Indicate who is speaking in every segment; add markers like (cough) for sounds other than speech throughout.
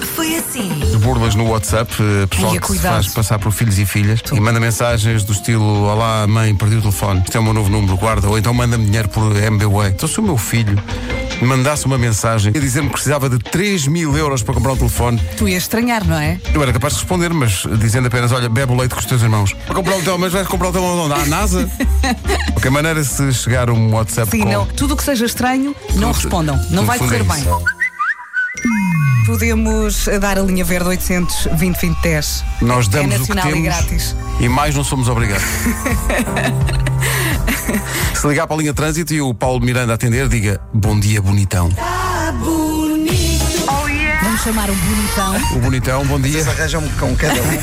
Speaker 1: Cassini.
Speaker 2: burlas no WhatsApp, eh, pessoal
Speaker 1: Ai,
Speaker 2: que se
Speaker 1: cuidado.
Speaker 2: faz passar por filhos e filhas e manda mensagens do estilo Olá mãe, perdi o telefone, isto é o meu novo número, guarda, ou então manda-me dinheiro por MBWay. Então se o meu filho me mandasse uma mensagem e dizer-me que precisava de 3 mil euros para comprar um telefone,
Speaker 1: Tu ias estranhar, não é?
Speaker 2: eu era capaz de responder, mas dizendo apenas, olha, bebe o leite com os teus irmãos. Para comprar o teu, mas vais comprar o teu onde? À
Speaker 1: (laughs)
Speaker 2: NASA? De qualquer maneira, se chegar um WhatsApp
Speaker 1: Sim,
Speaker 2: com...
Speaker 1: não. Tudo o que seja estranho, não
Speaker 2: No fu-
Speaker 1: respondam. Não
Speaker 2: no
Speaker 1: vai
Speaker 2: fundo é
Speaker 1: correr bem.
Speaker 2: isso.
Speaker 1: Podemos dar a linha verde 800 20 20 10.
Speaker 2: Nós damos
Speaker 1: é
Speaker 2: o que
Speaker 1: nacional
Speaker 2: temos
Speaker 1: e grátis.
Speaker 2: e mais não
Speaker 1: (laughs)
Speaker 2: somos obrigados. Se ligar para a linha trânsito e o Paulo Miranda atender, diga bom dia, bonitão.
Speaker 1: Vamos chamar um bonitão. (laughs)
Speaker 2: O bonitão, bom dia.
Speaker 3: Vocês arranjam-me com cada (laughs) um.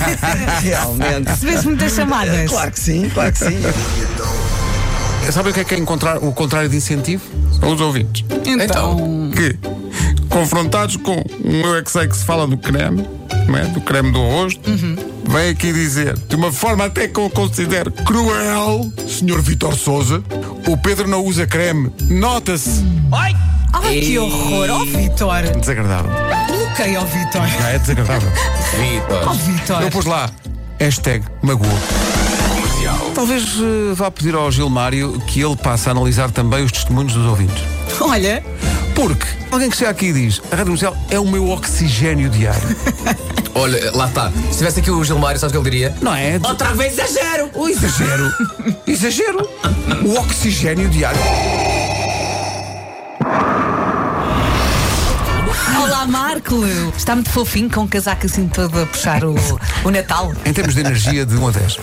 Speaker 3: Realmente.
Speaker 1: Recebes muitas chamadas.
Speaker 3: Claro que sim, claro que sim.
Speaker 2: Sabe o que é que é encontrar o contrário de incentivo? São os ouvintes.
Speaker 1: Então.
Speaker 2: Que, confrontados com um eu é que sei que se fala do creme, não é? do creme do arroz,
Speaker 1: Uhum.
Speaker 2: vem aqui dizer, de uma forma até que eu considero cruel, Sr. Vitor Souza, o Pedro não usa creme. Nota-se.
Speaker 1: Hum. Ai, que horror. Ó, Vitor.
Speaker 2: Desagradável.
Speaker 1: Bloqueio, ó, Vitor.
Speaker 2: Ah, é desagradável.
Speaker 1: Ó,
Speaker 2: Eu
Speaker 1: Vitor.
Speaker 2: pus lá. Hashtag magoou. Talvez eh, vá pedir ao Gilmário que ele passe a analisar também os testemunhos dos ouvintes.
Speaker 1: Olha,
Speaker 2: Porque alguém que chega aqui e diz a Rádio Comercial é o meu oxigênio diário.
Speaker 4: Olha, lá está. Se tivesse aqui o Gilmário, sabes o que ele diria?
Speaker 2: Não
Speaker 1: (laughs)
Speaker 2: é?
Speaker 4: Outra vez exagero!
Speaker 2: O exagero. Exagero. O oxigênio diário.
Speaker 1: olá, Marco. Está muito fofinho com um casaco assim todo a puxar o, o Natal.
Speaker 2: Em termos de energia, de 1 a 10.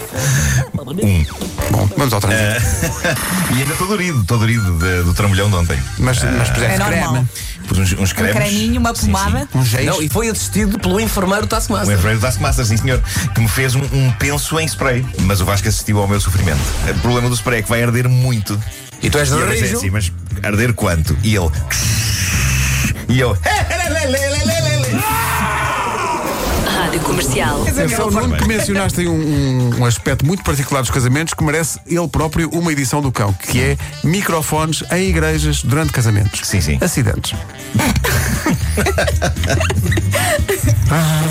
Speaker 2: Bom, vamos ao trânsito.
Speaker 5: E ainda estou dorido, estou dorido de- do trambolhão de ontem.
Speaker 2: Mas, mas puseste
Speaker 1: É normal.
Speaker 2: creme.
Speaker 5: Por uns, uns
Speaker 1: Um
Speaker 5: cremes.
Speaker 1: creminho, uma
Speaker 5: Sim,
Speaker 1: pomada.
Speaker 5: sim.
Speaker 2: Um gesto.
Speaker 4: Não, e foi assistido pelo enfermeiro Tasso
Speaker 5: Um
Speaker 4: Massa.
Speaker 5: enfermeiro do Vasco Massas, sim senhor, que me fez um, um penso em spray, mas o Vasco assistiu ao meu sofrimento. O problema do spray é que vai arder muito.
Speaker 4: E tu és
Speaker 5: E eu pensei
Speaker 4: rijo.
Speaker 5: assim, mas arder quanto? E ele. E eu.
Speaker 6: Rádio Comercial.
Speaker 2: Atenção, Nuno, que mencionaste aí um, um- um aspecto muito particular dos casamentos que merece ele próprio uma edição do cão, que é microfones em igrejas durante casamentos.
Speaker 5: Sim, sim.
Speaker 2: Acidentes. Ah,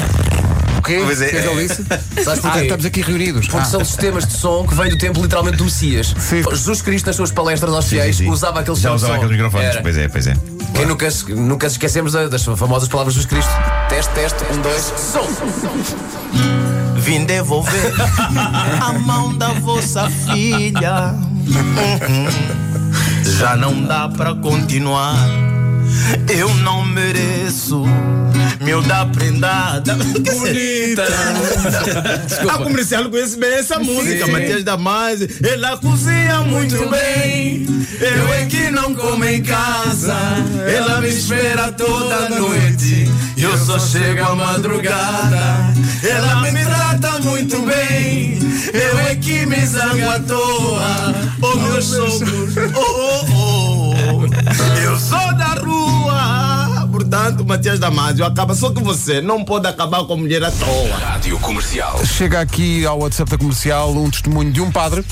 Speaker 2: O quê?
Speaker 5: Pois é.
Speaker 2: Que que ele disse?
Speaker 4: Sabes
Speaker 2: Ah,
Speaker 4: porquê?
Speaker 2: estamos aqui reunidos. Ah,
Speaker 4: Porque
Speaker 5: Ah.
Speaker 4: são sistemas de som que vêm do tempo literalmente do Messias.
Speaker 2: Sim.
Speaker 4: Jesus Cristo, nas suas palestras aos
Speaker 5: Sim, sim,
Speaker 4: fiéis,
Speaker 5: sim.
Speaker 4: usava aqueles
Speaker 5: Já
Speaker 4: sons de
Speaker 5: usava
Speaker 4: som.
Speaker 5: aqueles microfones.
Speaker 4: Era.
Speaker 5: Pois é, pois é.
Speaker 4: Quem nunca, se- nunca se esquecemos da- das famosas palavras de Jesus Cristo. Teste, teste, um, dois, som.
Speaker 7: Vim devolver a mão da vossa filha. Uhum. Já não dá pra continuar. Eu não mereço. Meu da (laughs) prendada. Bonita! a comercial conhece bem essa música, Matias Damasio. Ela cozinha muito, bem. Eu é que não como em casa. Ela me espera toda noite. Eu só chego à madrugada. Ela me trata muito bem. Eu é que me zango à toa. Oh, meu sogro. Oh, oh, oh. Eu sou da rua. Portanto, Matias Damasio, acaba só que você não pode acabar com a mulher à toa.
Speaker 2: Chega aqui ao WhatsApp da comercial um testemunho de um padre,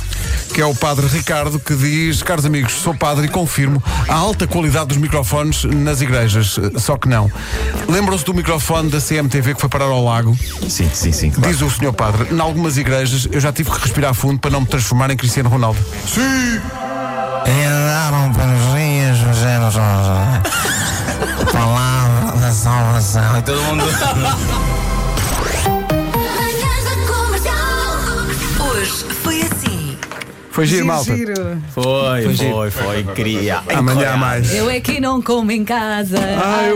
Speaker 2: que é o padre Ricardo, que diz: Caros amigos, sou padre e confirmo a alta qualidade dos microfones nas igrejas. Eh, Só que não. Lembram-se do microfone da CMTV que foi parar ao lago?
Speaker 5: Sim, sim, sim. claro.
Speaker 2: Diz o senhor padre: Em algumas igrejas eu já tive que respirar fundo para não me transformar em Cristiano Ronaldo.
Speaker 8: E andaram pelos rios generosos. Palavra da salvação.
Speaker 7: Todo mundo.
Speaker 9: Manhãs da Comercial.
Speaker 6: Hoje foi assim.
Speaker 2: Foi giro, malta.
Speaker 1: Giro.
Speaker 7: Foi, foi, foi. Queria.
Speaker 2: Amanhã há mais.
Speaker 1: Eu é que não como em casa.
Speaker 2: Ah,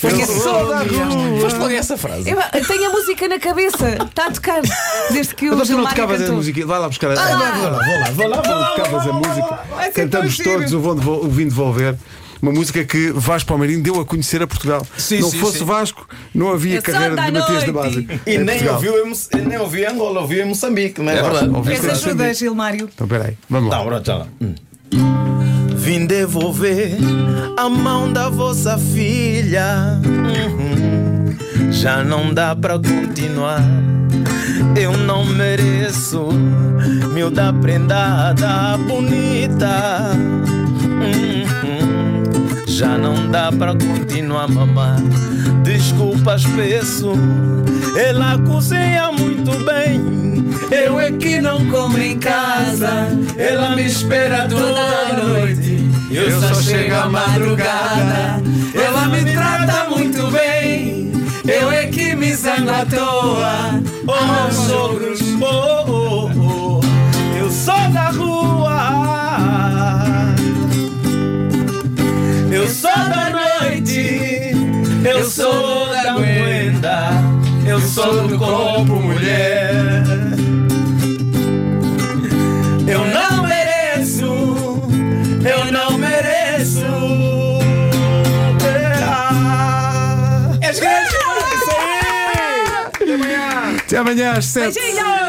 Speaker 1: Porque sou da rua.
Speaker 4: Foste logo a essa frase.
Speaker 1: Eu eu tenho a música na cabeça. Está a tocar. Desde que o Gilmário cantou.
Speaker 2: Vai lá buscar a.
Speaker 1: Ah lá.
Speaker 2: Vou lá, vou lá, vou lá, vou lá buscar a música.
Speaker 1: Vai ser
Speaker 2: Cantamos
Speaker 1: tão giro.
Speaker 2: todos o Vão Devol- o Vim Devolver. Uma música que Vasco Palmeirinho deu a conhecer a Portugal. Se não fosse Vasco, não havia
Speaker 1: É
Speaker 2: carreira
Speaker 1: só
Speaker 2: de
Speaker 1: da
Speaker 2: Matias da
Speaker 1: noite.
Speaker 2: Base.
Speaker 7: E
Speaker 2: em
Speaker 7: nem
Speaker 2: Portugal.
Speaker 7: ouviu, em Moça- nem ouviu em Angola, ouviu em Moçambique, não é? verdade.
Speaker 2: Ouviste
Speaker 1: Essa
Speaker 2: lá,
Speaker 1: ajuda,
Speaker 2: sim.
Speaker 1: Gilmário.
Speaker 2: Então, peraí, vamos lá.
Speaker 7: Não, pronto, já lá. Hum. Vim devolver a mão da vossa filha. Uhum. Já não dá pra continuar. Eu não mereço. Meu da prendada bonita. Uhum. Já não dá pra continuar a mamar. Desculpas, peço. Ela cozinha muito bem. Eu é que não como em casa. Ela me espera toda noite. Eu só chego à madrugada. Ela me trata muito bem. Eu é que me zango à toa. Oh, sogros, oh, oh, oh. Eu sou da rua. Eu sou da noite, eu sou da moeda, eu sou do corpo mulher. Eu não mereço, eu não mereço. É grande, isso aí!
Speaker 2: Até amanhã às 7.
Speaker 1: Beijinhos!